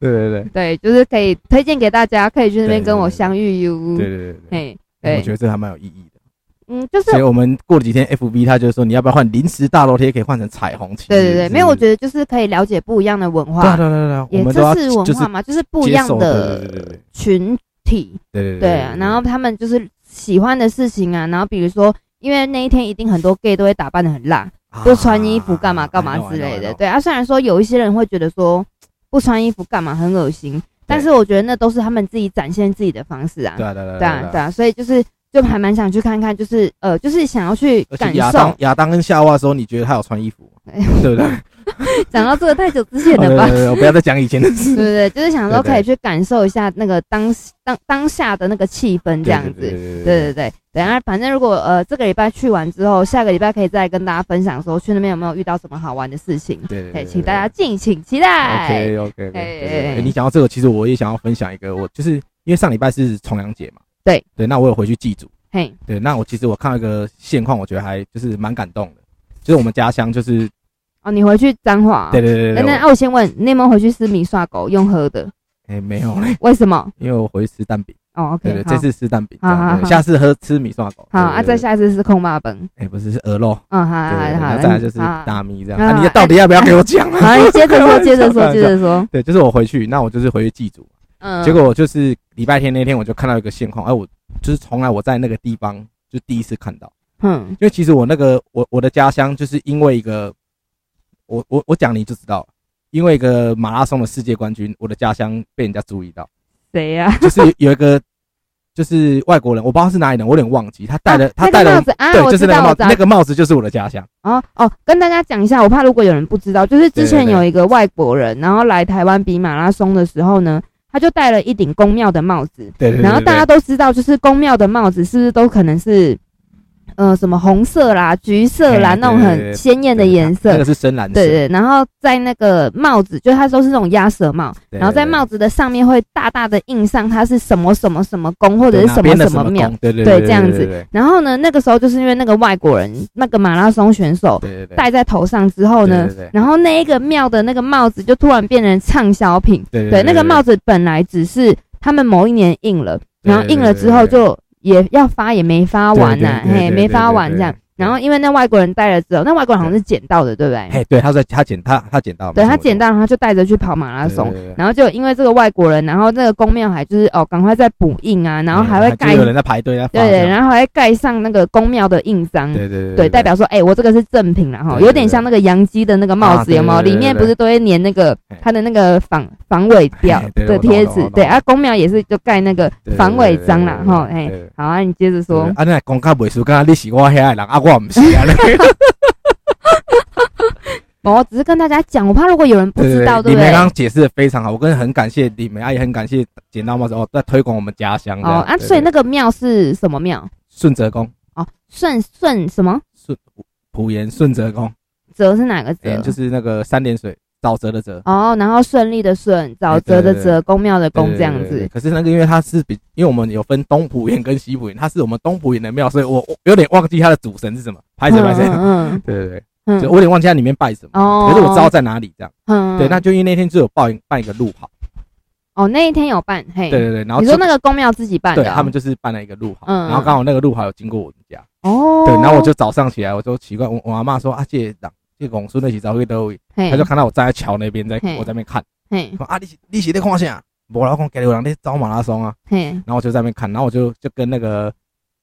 Speaker 1: 对对对
Speaker 2: 对，就是可以推荐给大家，可以去那边跟我相遇哟。
Speaker 1: 对对对对
Speaker 2: 嘿，
Speaker 1: 对，我觉
Speaker 2: 对，
Speaker 1: 得这还蛮有意义的。
Speaker 2: 嗯，就是
Speaker 1: 所以我们过了几天，FB 他就说你要不要换临时大楼贴，可以换成彩虹旗。
Speaker 2: 对对对，没有，我
Speaker 1: 得
Speaker 2: 觉得就是可以了解不一样的文
Speaker 1: 对啊
Speaker 2: 化，
Speaker 1: 对啊对啊对啊，我
Speaker 2: 也
Speaker 1: 们都
Speaker 2: 这
Speaker 1: 要
Speaker 2: 是
Speaker 1: 就
Speaker 2: 文
Speaker 1: 是
Speaker 2: 化嘛，就是不一
Speaker 1: 接
Speaker 2: 样
Speaker 1: 受，对对对对
Speaker 2: 的
Speaker 1: 对
Speaker 2: 群体，
Speaker 1: 对对
Speaker 2: 对啊。然后他们就是喜欢的事情啊，然后比如说，因为那一天一定很多 gay 都会打扮的很辣，
Speaker 1: 啊
Speaker 2: 就穿衣服干嘛干嘛之类的。，对啊，虽然说有一些人会觉得说不穿衣服干嘛很恶心，但是我觉得那都是他们自己展现自己的方式啊。
Speaker 1: 对啊对啊
Speaker 2: 对啊，对啊，所以就是就还蛮想去看看，就是呃，就是想要去
Speaker 1: 而
Speaker 2: 感
Speaker 1: 且亚当
Speaker 2: 受。
Speaker 1: 亚当跟夏娃的时候，你觉得他有穿衣服吗？对不对？
Speaker 2: 讲到这个太久之前
Speaker 1: 对
Speaker 2: 了吧？
Speaker 1: 对对，我不要再讲以前的
Speaker 2: 对
Speaker 1: 事。
Speaker 2: 对对，就是想说
Speaker 1: 对对
Speaker 2: 可以去感受一下那个当当当下的那个气氛这样子。
Speaker 1: 对
Speaker 2: 对对对，等一下反正如果呃这个礼拜去完之后，下个礼拜可以再跟大家分享说去那边有没有遇到什么好玩的事情。
Speaker 1: 对
Speaker 2: 对，
Speaker 1: 对，
Speaker 2: 请大家敬请期待。
Speaker 1: OK OK
Speaker 2: 哎哎哎
Speaker 1: OK。你讲到这个，其实我也想要分享一个，我就是因为上礼拜是重阳节嘛，
Speaker 2: 对
Speaker 1: 对，那我有回去祭祖，
Speaker 2: 嘿，
Speaker 1: 对，那我其实我看到一个现况，我觉得还就是蛮感动的，就是我们家乡就是
Speaker 2: 哦，你回去脏话。
Speaker 1: 对对对
Speaker 2: 那
Speaker 1: 对，我
Speaker 2: 那啊我先问，你有没有回去吃米刷狗用喝的？
Speaker 1: 哎没有嘞，
Speaker 2: 为什么？
Speaker 1: 因为我回去吃蛋饼，
Speaker 2: 哦
Speaker 1: 对对
Speaker 2: ，OK，，好
Speaker 1: 这，次吃蛋饼，
Speaker 2: 好好
Speaker 1: 对
Speaker 2: 好
Speaker 1: 下次喝吃米刷狗，
Speaker 2: 好
Speaker 1: 对
Speaker 2: 啊，再，下一次是空霸本。
Speaker 1: 对对哎不是是鹅肉，
Speaker 2: 嗯，好，
Speaker 1: 对，
Speaker 2: 好，
Speaker 1: 然
Speaker 2: 好，
Speaker 1: 后再来就是
Speaker 2: 好
Speaker 1: 大咪这样。
Speaker 2: 好
Speaker 1: 啊，你到底要不要给我讲啊？
Speaker 2: 好，你接着 说，接着说，接着说。
Speaker 1: 对，就是我回去，那我就是回去祭祖。
Speaker 2: 嗯，
Speaker 1: 结果我就是礼拜天那天，我就看到一个现况，哎，我就是从来我在那个地方就第一次看到，
Speaker 2: 嗯，
Speaker 1: 因为其实我那个我我的家乡就是因为一个，我我我讲你就知道了，因为一个马拉松的世界冠军，我的家乡被人家注意到，
Speaker 2: 谁呀？
Speaker 1: 就是有有一个就是外国人，我不知道是哪里人，我有点忘记，他戴了
Speaker 2: 啊
Speaker 1: 他
Speaker 2: 那
Speaker 1: 戴
Speaker 2: 个帽
Speaker 1: 了。
Speaker 2: 子啊，
Speaker 1: 对，
Speaker 2: 我
Speaker 1: 就是
Speaker 2: 知
Speaker 1: 那个帽
Speaker 2: 道，我知
Speaker 1: 子，
Speaker 2: 道
Speaker 1: 那。个帽子就是我的家乡。
Speaker 2: 哦哦，跟大家讲一下，我怕如果有人不知道，就是之前
Speaker 1: 对对对
Speaker 2: 有一个外国人，然后来台湾比马拉松的时候呢，他就戴了一顶公庙的帽子，
Speaker 1: 对对对对
Speaker 2: 然后大家
Speaker 1: 对
Speaker 2: 都知道，就是公庙的帽子是不是都可能是呃什么红色啦、橘色啦
Speaker 1: 嘿
Speaker 2: 那种
Speaker 1: 对对哎对
Speaker 2: 很鲜艳的
Speaker 1: 对
Speaker 2: 颜色
Speaker 1: 那，个是深蓝色，
Speaker 2: 对对，然后在那个帽子，就它都是那种鸭舌帽，
Speaker 1: 对
Speaker 2: 然后在帽子的上面会大大的印上它是什么什么什么宫或者是什么什
Speaker 1: 什么
Speaker 2: 庙。
Speaker 1: 宫，对对
Speaker 2: 对
Speaker 1: 对，
Speaker 2: 这样子
Speaker 1: 对对
Speaker 2: 然后呢，那个时候就是因为那个外国人那个马拉松选手
Speaker 1: 对对对
Speaker 2: 戴在头上之后呢
Speaker 1: 对对对，
Speaker 2: 然后那一个庙的那个帽子就突然变成畅销品。
Speaker 1: 对
Speaker 2: 对，那个帽
Speaker 1: 子，
Speaker 2: 子本来只是他们某一年印了，
Speaker 1: 对
Speaker 2: 然后印了之后就也要发也没发完呐、
Speaker 1: 对对对对
Speaker 2: 嘿，没发完这样
Speaker 1: 对对对对。
Speaker 2: 然后因为那外国人戴了之后，那外国人好像是捡到的，对不对？
Speaker 1: 嘿，对，他在他捡他他捡到，
Speaker 2: 对
Speaker 1: 没错
Speaker 2: 他捡，到，然后就带着去跑马拉
Speaker 1: 没错
Speaker 2: 松
Speaker 1: 对。对对对
Speaker 2: 然后就因为这个外国人，然后那个公庙还就是哦，赶快再补印啊，然后还会
Speaker 1: 嗯
Speaker 2: 盖
Speaker 1: 就有人在排队，在
Speaker 2: 对对，
Speaker 1: 后
Speaker 2: 然后还会盖上那个公庙的印章，
Speaker 1: 对对对
Speaker 2: 对，代表说哎、我这个是正品啦哈，
Speaker 1: 对对
Speaker 2: 有点像那个杨基的那个帽
Speaker 1: 啊
Speaker 2: 子
Speaker 1: 对
Speaker 2: 有没有？
Speaker 1: 对对
Speaker 2: 里面不是都会粘那个
Speaker 1: 对
Speaker 2: 它的那个防防伪标
Speaker 1: 哎对
Speaker 2: 的
Speaker 1: 我懂
Speaker 2: 贴
Speaker 1: 我懂
Speaker 2: 纸
Speaker 1: 我，
Speaker 2: 对，
Speaker 1: 懂
Speaker 2: 啊，公庙也是就盖那个
Speaker 1: 对对
Speaker 2: 防伪章啦
Speaker 1: 对对对
Speaker 2: 哈，哎
Speaker 1: 对对，
Speaker 2: 好啊，你接着说
Speaker 1: 对，啊，那讲较袂输，刚刚你是我遐的人，啊，我唔是啊，
Speaker 2: 我哦只是跟大家讲，我怕如果有人不知道，对
Speaker 1: 李
Speaker 2: 不
Speaker 1: 梅
Speaker 2: 对？
Speaker 1: 刚刚解释的非常好，我跟很感谢李梅阿姨，很感谢剪刀帽子哦，在推广我们家乡这
Speaker 2: 哦
Speaker 1: 样
Speaker 2: 啊，
Speaker 1: 对
Speaker 2: 所以
Speaker 1: 对
Speaker 2: 那个庙是什么庙？
Speaker 1: 顺泽宫
Speaker 2: 哦，顺顺什么
Speaker 1: 顺浦沿顺泽宫，
Speaker 2: 泽是哪个泽
Speaker 1: 沿？就是那个三点水沼泽的泽。
Speaker 2: 哦，然后顺利的顺，沼
Speaker 1: 哎对
Speaker 2: 泽的
Speaker 1: 对
Speaker 2: 泽，公庙的公
Speaker 1: 对
Speaker 2: 这样。
Speaker 1: 对对对
Speaker 2: 子。
Speaker 1: 可是那个，因为它是比，因为我们有分东浦沿跟西浦沿，它是我们东浦沿的庙，所以我我有点忘记它的主神是什么，拍谁拍谁。
Speaker 2: 嗯
Speaker 1: 对对
Speaker 2: 嗯
Speaker 1: 对，就我有点忘记它里面拜什么，
Speaker 2: 哦
Speaker 1: 可是我知道在哪里这样。
Speaker 2: 嗯
Speaker 1: 对，那就因为那天就有办办一个路跑，
Speaker 2: 哦那一天有办嘿，
Speaker 1: 对对对，然后
Speaker 2: 你说
Speaker 1: 就
Speaker 2: 那个公庙自己办的
Speaker 1: 对
Speaker 2: 哦，
Speaker 1: 他们就是办了一个路跑，
Speaker 2: 嗯嗯
Speaker 1: 然后刚好那个路跑有经过我们家，
Speaker 2: 哦，
Speaker 1: 对，然后我就早上起来，我就奇怪，我我阿妈说啊，这人这公孙那起早会都会，
Speaker 2: 嘿
Speaker 1: 她就看到我站在桥那边，在
Speaker 2: 嘿嗯
Speaker 1: 我在那边看，
Speaker 2: 嘿
Speaker 1: 说啊，你是你是在看啥？我老公给我人在招马拉松啊，
Speaker 2: 嘿
Speaker 1: 然后我就在那边看，然后我就就跟那个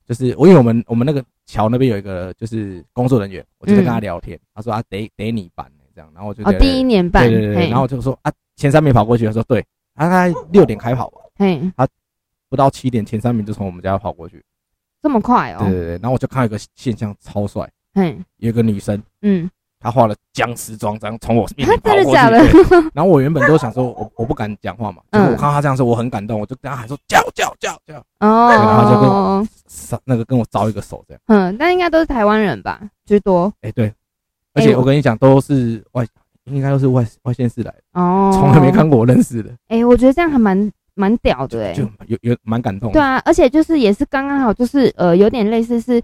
Speaker 1: 就是我因为我们我们那个桥那边有一个就是工作人员，我就在跟他聊天，他说啊得得你办这样，然后我就
Speaker 2: 嗯哦
Speaker 1: 觉得
Speaker 2: 第一年办，
Speaker 1: 对对对对，
Speaker 2: 嘿
Speaker 1: 然后我就说啊前三名跑过去，他说对，啊他大概六点开跑吧，
Speaker 2: 嘿
Speaker 1: 不到七点前三名就从我们家跑过去，
Speaker 2: 这么快哦
Speaker 1: 对，对对，然后我就看到一个现象超帅，
Speaker 2: 嘿
Speaker 1: 有一个女生。
Speaker 2: 嗯，
Speaker 1: 她化了僵尸妆，这样从我面前跑
Speaker 2: 啊真的
Speaker 1: 过去。
Speaker 2: 假的？
Speaker 1: 对 然后我原本都想说，我我不敢讲话嘛。结果
Speaker 2: 嗯
Speaker 1: 我看到她这样说，我很感动，我就跟她喊说叫叫叫叫，然后就跟
Speaker 2: 哦，
Speaker 1: 撒那个跟我招一个手这样。
Speaker 2: 嗯，但应该都是台湾人吧居多
Speaker 1: 哎、对，而
Speaker 2: 哎
Speaker 1: 且我跟你讲，都是外，应该都是外外县市来的，
Speaker 2: 哦，
Speaker 1: 从来没看过我认识的，
Speaker 2: 哎，我觉得这样还蛮蛮屌的哎，
Speaker 1: 就有有蛮感动的。
Speaker 2: 对啊，而且就是也是刚刚好，就是呃，有点类似是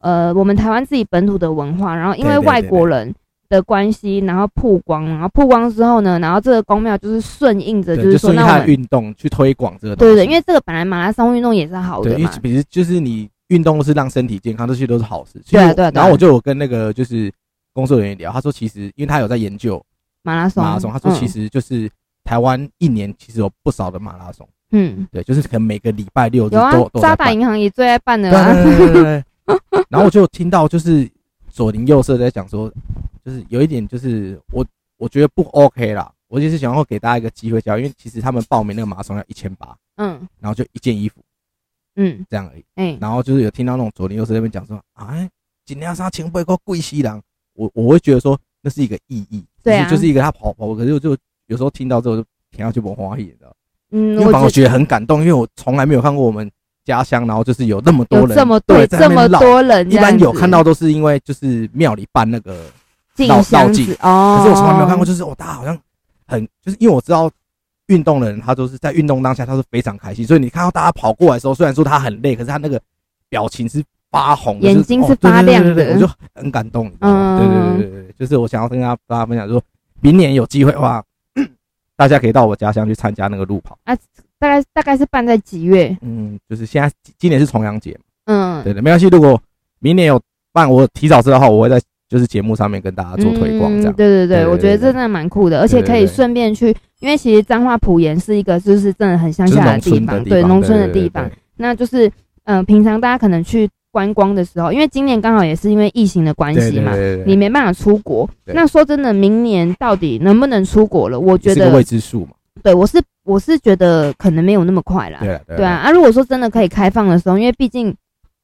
Speaker 2: 呃，我们台湾自己本土的文化，然后因为
Speaker 1: 对对
Speaker 2: 外国人的关系，然后曝光，然后曝光之后呢，然后这个公庙就是顺应着，
Speaker 1: 对，
Speaker 2: 是
Speaker 1: 就
Speaker 2: 说
Speaker 1: 顺应
Speaker 2: 那
Speaker 1: 他
Speaker 2: 我
Speaker 1: 的
Speaker 2: 们
Speaker 1: 运动去推广这个东
Speaker 2: 对
Speaker 1: 西。
Speaker 2: 对，因为这个本来马拉松运动也是好
Speaker 1: 对，
Speaker 2: 的
Speaker 1: 因为
Speaker 2: 嘛，
Speaker 1: 比如就是你运动是让身体健康，这些都是好事。其实我
Speaker 2: 对啊对啊对啊
Speaker 1: 然后我就有跟那个就是工作人员聊，他说其实因为他有在研究
Speaker 2: 马拉松，
Speaker 1: 马拉松，他说其
Speaker 2: 实
Speaker 1: 实就是台湾一年其实有不少的马拉松，
Speaker 2: 嗯
Speaker 1: 对，就是可能每个礼拜六日
Speaker 2: 有啊
Speaker 1: 都，都在
Speaker 2: 渣打
Speaker 1: 办。
Speaker 2: 银行也最爱办的啊
Speaker 1: 对啊对
Speaker 2: 啦，
Speaker 1: 对对对 对。然后我就听到就是左邻右舍在讲说，就是有一点就是我我觉得不 OK 啦，我就是想要给大家一个机会教，因为其实他们报名那个马拉松要一千八，
Speaker 2: 嗯
Speaker 1: 然后就一件衣服
Speaker 2: 嗯
Speaker 1: 这样而已。
Speaker 2: 哎
Speaker 1: 然后就是有听到那种左邻右舍在那边讲说，哎，今天啥钱不够贵西郎，我我会觉得说那是一个意义，
Speaker 2: 对啊
Speaker 1: 就是就是一个他跑跑步，可是我就有时候听到之后就听到就不欢喜，你知道吗。
Speaker 2: 嗯，
Speaker 1: 因为反而
Speaker 2: 我
Speaker 1: 我
Speaker 2: 觉
Speaker 1: 觉得很感动，因为我从来没有看过我们家乡，然后就是有那么多
Speaker 2: 有
Speaker 1: 人，
Speaker 2: 这么
Speaker 1: 对
Speaker 2: 对
Speaker 1: 在那
Speaker 2: 这
Speaker 1: 边
Speaker 2: 么
Speaker 1: 绕
Speaker 2: 多人这
Speaker 1: 一
Speaker 2: 样子，
Speaker 1: 般有看到都是因为就是庙里办那个，
Speaker 2: 进
Speaker 1: 绕
Speaker 2: 香
Speaker 1: 绕境
Speaker 2: 子哦，
Speaker 1: 可是我从来没有看过，就是哦，大家好像很就是因为我知道运动的人，他都是在运动当下他是非常开心，所以你看到大家跑过来的时候，虽然说他很累，可是他那个表情是发红的，
Speaker 2: 眼睛
Speaker 1: 就是
Speaker 2: 发亮的
Speaker 1: 哦对对对对对我就很感动，嗯，
Speaker 2: 嗯
Speaker 1: 对对对对对，就是我想要跟大家大家分享说，明年有机会的话，大家可以到我家乡去参加那个路跑，
Speaker 2: 大概大概是办在几月？
Speaker 1: 嗯，就是现在今年是重阳节嘛。
Speaker 2: 嗯，
Speaker 1: 对的，没关系。如果明年有办，我提早知道的话，我会在就是节目上面跟大啊家做推广，这样
Speaker 2: 嗯。对
Speaker 1: 对
Speaker 2: 对对，
Speaker 1: 对
Speaker 2: 我觉得
Speaker 1: 对
Speaker 2: 这真的蛮酷的，而且可
Speaker 1: 对
Speaker 2: 以
Speaker 1: 对对
Speaker 2: 顺便去，因为其实彰化埔盐是一个就是真的很乡
Speaker 1: 就是
Speaker 2: 下
Speaker 1: 农
Speaker 2: 地
Speaker 1: 村
Speaker 2: 方，
Speaker 1: 的
Speaker 2: 对农村的
Speaker 1: 对
Speaker 2: 地
Speaker 1: 对
Speaker 2: 方
Speaker 1: 对。对
Speaker 2: 那就是嗯、呃平常大家可能去观光的时候，因为今年刚好也是因为疫情的关
Speaker 1: 对
Speaker 2: 系
Speaker 1: 对
Speaker 2: 嘛，
Speaker 1: 对对对
Speaker 2: 你没办法出国。
Speaker 1: 对
Speaker 2: 那说真的，明年到底能不能出国了？我觉
Speaker 1: 是个
Speaker 2: 得
Speaker 1: 未，知数嘛，
Speaker 2: 对我是我是觉得可能没有那么快啦。
Speaker 1: 对了
Speaker 2: 对啊，，啊，如果说真的可以开放的时候，因为毕竟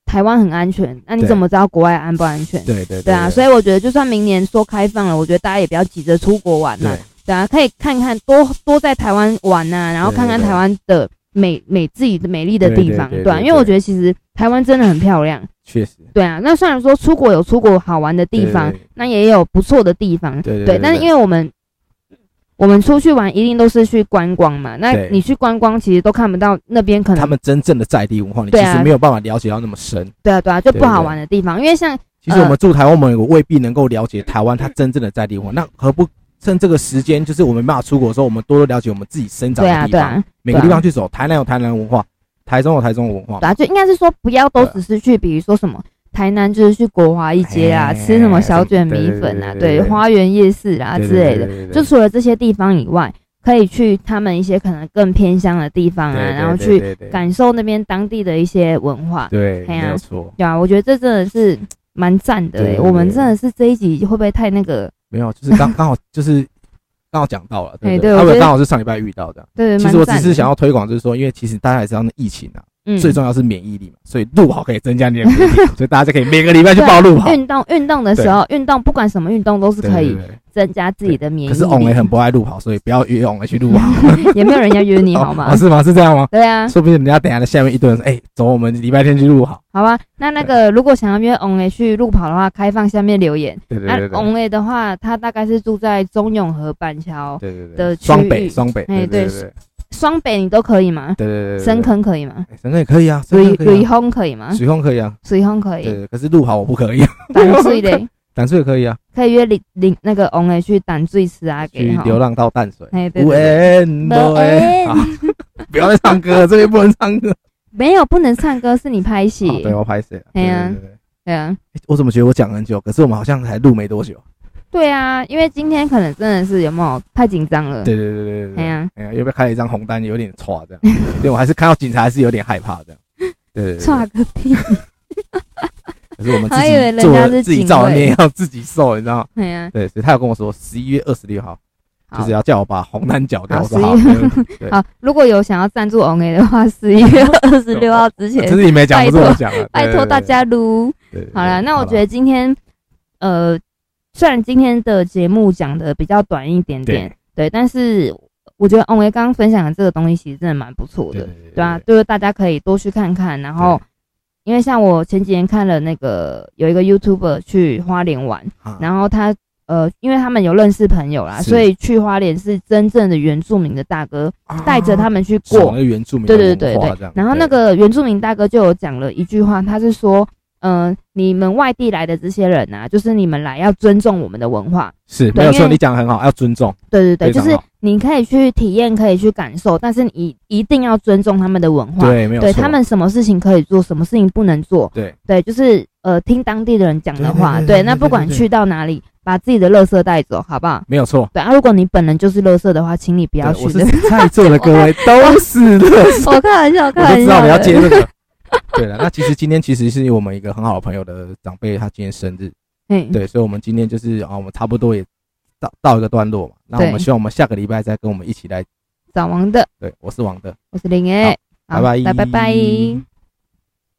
Speaker 2: 台湾很安全，那你
Speaker 1: 对
Speaker 2: 怎么知道国外安不安全？
Speaker 1: 对对
Speaker 2: 对啊，所
Speaker 1: 以
Speaker 2: 以我觉得就算明年说开放了，我觉得大家也不要急着出国玩嘛
Speaker 1: 对，
Speaker 2: 对啊，可以看看多多在台湾玩呐、然后
Speaker 1: 对对
Speaker 2: 看看
Speaker 1: 对
Speaker 2: 台湾的美美自己的美丽的地方，
Speaker 1: 对对对
Speaker 2: 对啊，
Speaker 1: 对
Speaker 2: 因为我
Speaker 1: 对
Speaker 2: 觉得其实台湾真的很漂亮，
Speaker 1: 确实，
Speaker 2: 对啊，那虽然说出国有出国好玩的地方
Speaker 1: 对对对，
Speaker 2: 那也有不错的地方，
Speaker 1: 对对对
Speaker 2: 对。但是因为我们我们出去玩一定都是去观光嘛，那
Speaker 1: 对
Speaker 2: 你去观光其实都看不到那边可
Speaker 1: 他
Speaker 2: 能
Speaker 1: 们真正的在地文化，你其
Speaker 2: 对啊
Speaker 1: 实没有办法了解到那么深。
Speaker 2: 对啊对啊就
Speaker 1: 对
Speaker 2: 不好
Speaker 1: 对
Speaker 2: 玩的地方，因为像
Speaker 1: 其实我们住台湾，我们也未必能够了解台湾它真正的在地
Speaker 2: 嗯
Speaker 1: 文化。那何不趁这个时间，就是我们没办法出国的时候，我们多多了解我们自己生长
Speaker 2: 对啊
Speaker 1: 的地
Speaker 2: 对
Speaker 1: 方，
Speaker 2: 啊
Speaker 1: 每个地方去走。台南有台南文化，台中有台中文化
Speaker 2: 对。啊，就应该是说不要都
Speaker 1: 哦对啊
Speaker 2: 只是去，比如说什么台南就是去国华一街啊，
Speaker 1: 哎
Speaker 2: 吃什么小卷
Speaker 1: 什么
Speaker 2: 米
Speaker 1: 对
Speaker 2: 粉啊，
Speaker 1: 对对对
Speaker 2: 对，
Speaker 1: 对
Speaker 2: 花园夜市啊之类的。
Speaker 1: 的
Speaker 2: 就除了这些地方以外，可以去他们一些可能更偏乡的地方啊，然后去感受那边当地的一些文化。
Speaker 1: 对，
Speaker 2: 嘿啊
Speaker 1: 没有错，
Speaker 2: 对啊，我觉得这真的是蛮赞的
Speaker 1: 对
Speaker 2: 诶、
Speaker 1: 对对
Speaker 2: 我们真的是这一集会不会太那个？
Speaker 1: 没有，就是刚刚好就是刚好讲到了，对
Speaker 2: 哎
Speaker 1: 不
Speaker 2: 对
Speaker 1: 对？
Speaker 2: 我
Speaker 1: 他
Speaker 2: 觉
Speaker 1: 们
Speaker 2: 得
Speaker 1: 刚好是上礼拜遇到的。
Speaker 2: 对，
Speaker 1: 其实我只
Speaker 2: 蛮赞的
Speaker 1: 是想要推广，就是说，因为其实大家也知道，那疫情啊，
Speaker 2: 嗯
Speaker 1: 最重要是免疫力嘛，所以路跑可以增加你的免疫 力，所以大家就可以每个礼拜去报路跑。
Speaker 2: 运动运动的时候，运动不管什么运动都是
Speaker 1: 对
Speaker 2: 可。
Speaker 1: 对
Speaker 2: 以
Speaker 1: 对对
Speaker 2: 增加自己的免疫
Speaker 1: 可
Speaker 2: 力。
Speaker 1: 是翁雷很不爱路跑，所以不要约翁雷去路跑。
Speaker 2: 也没有人要约 你好吗
Speaker 1: 哦，？是吗？是这样吗？
Speaker 2: 对啊，
Speaker 1: 说不定人家等一下在下面一堆人说，哎，走，我们礼拜天去路跑。
Speaker 2: 好吧，那那个如果想要约 Only 去路跑的话，开放下面留言。
Speaker 1: 对对
Speaker 2: 那
Speaker 1: 对对
Speaker 2: Only 的话，他大概是住在中永和板桥、
Speaker 1: 对对对
Speaker 2: 的区域
Speaker 1: 双北双北，对对
Speaker 2: 哎对
Speaker 1: 对对
Speaker 2: 双北，你都可以吗？
Speaker 1: 对对对，
Speaker 2: 深坑可以吗？
Speaker 1: 哎深坑也可以啊，深
Speaker 2: 瑞
Speaker 1: 坑可
Speaker 2: 瑞
Speaker 1: 以啊，
Speaker 2: 烘可以吗？
Speaker 1: 水空可以啊，
Speaker 2: 水烘可
Speaker 1: 对
Speaker 2: 以，
Speaker 1: 对，可是路跑我不可以，啊
Speaker 2: 淡水嘞，
Speaker 1: 淡水也可以啊，
Speaker 2: 可以约林林那个 Only 去淡水吃啊，给
Speaker 1: 去
Speaker 2: 哈。
Speaker 1: 流浪到淡水。
Speaker 2: 哎，对
Speaker 1: 无
Speaker 2: 对对，
Speaker 1: 缘
Speaker 2: 无
Speaker 1: 无
Speaker 2: 缘
Speaker 1: 缘，好不要再唱歌了，这边不能唱歌。
Speaker 2: 没有不能唱歌，是你拍戏。
Speaker 1: 哦对，我拍谁？
Speaker 2: 哎呀
Speaker 1: 对对对对
Speaker 2: 对啊，
Speaker 1: 哎我怎么觉得我讲很久？可是我们好像才录没多久。
Speaker 2: 对啊，因为今天可能真的是有没有太紧张了。
Speaker 1: 对对对对对
Speaker 2: 哎
Speaker 1: 对。
Speaker 2: 呀，
Speaker 1: 哎呀，要不要开了一张红单，有点歘这样。对我还是看到警察还是有点害怕这样。对对对
Speaker 2: 差
Speaker 1: 对，
Speaker 2: 个屁！
Speaker 1: 可是我们自
Speaker 2: 还以为
Speaker 1: 己
Speaker 2: 人
Speaker 1: 做
Speaker 2: 家
Speaker 1: 了
Speaker 2: 是
Speaker 1: 自己
Speaker 2: 警
Speaker 1: 造的
Speaker 2: 卫
Speaker 1: 孽要自己受，你知道吗？
Speaker 2: 哎呀，
Speaker 1: 对，所以他有跟我说，十一月二十六号
Speaker 2: 好
Speaker 1: 就是要叫我把红单缴掉，
Speaker 2: 好
Speaker 1: 我说好，
Speaker 2: 11
Speaker 1: 没问题对，
Speaker 2: 好，如果有想要赞助 ONA 的话，十一月二十六号 之前
Speaker 1: 这，是你没讲，
Speaker 2: 拜
Speaker 1: 不是
Speaker 2: 托
Speaker 1: 我讲的，
Speaker 2: 拜托大家撸。
Speaker 1: 啊对。对对对
Speaker 2: 好啦，那我觉
Speaker 1: 好
Speaker 2: 得
Speaker 1: 啦
Speaker 2: 今天，呃，虽然今天的节目讲的比较短一点点，对，但是我觉得 ONA 刚刚分享的这个东西其实真的蛮不错
Speaker 1: 对
Speaker 2: 的
Speaker 1: 对，对
Speaker 2: 对啊，，就是大家可以多去看看，然后。因为像我前几天看了那个有一个 YouTuber 去花莲玩，
Speaker 1: 然
Speaker 2: 然后他呃，因为他们有认识朋友啦，
Speaker 1: 啊是
Speaker 2: 所以去花莲是真正的原住民的大哥
Speaker 1: 啊
Speaker 2: 带着他们去过，
Speaker 1: 过原住民的
Speaker 2: 对对
Speaker 1: 文
Speaker 2: 对
Speaker 1: 化
Speaker 2: 对
Speaker 1: 这样，
Speaker 2: 然后那个原住民大哥就有讲了一句话，他是说，嗯、你们外地来的这些人啊，就是你们来要尊重我们的文化。
Speaker 1: 是
Speaker 2: 对
Speaker 1: 没有
Speaker 2: 因
Speaker 1: 错，
Speaker 2: 为
Speaker 1: 你讲的很好，要尊重，
Speaker 2: 对对对，
Speaker 1: 非
Speaker 2: 就
Speaker 1: 常
Speaker 2: 是
Speaker 1: 好
Speaker 2: 你可以去体验，可以去感受，但是你一定要尊重他们的文化。
Speaker 1: 对，没有
Speaker 2: 对
Speaker 1: 错
Speaker 2: 他们什么事情可以做，什么事情不能做，
Speaker 1: 对
Speaker 2: 对，就是呃听当地的人讲的话。
Speaker 1: 对对对对
Speaker 2: 那
Speaker 1: 对对
Speaker 2: 不管
Speaker 1: 对
Speaker 2: 去到哪里，把自己的垃圾带走，好不好？
Speaker 1: 没有错，
Speaker 2: 对啊，如果你本人就是垃圾的话，请你不
Speaker 1: 不
Speaker 2: 要去
Speaker 1: 我
Speaker 2: 的哦
Speaker 1: 是。 在座的各位都是乐 色，
Speaker 2: 我开玩笑，开
Speaker 1: 我都
Speaker 2: 玩
Speaker 1: 知道
Speaker 2: 笑
Speaker 1: 你要
Speaker 2: 的
Speaker 1: 接这个。 对了，那其实今天其实是我们一个很好的朋友的长辈，他今天生日，
Speaker 2: 嘿
Speaker 1: 对，所以我们今天就是啊，我们差不多也到到一个段落嘛。那我
Speaker 2: 对
Speaker 1: 们希望我们下个礼拜再跟我们一起来。
Speaker 2: 早王的，
Speaker 1: 对，我是王的，
Speaker 2: 我是林 A，
Speaker 1: 好拜拜
Speaker 2: 拜拜拜。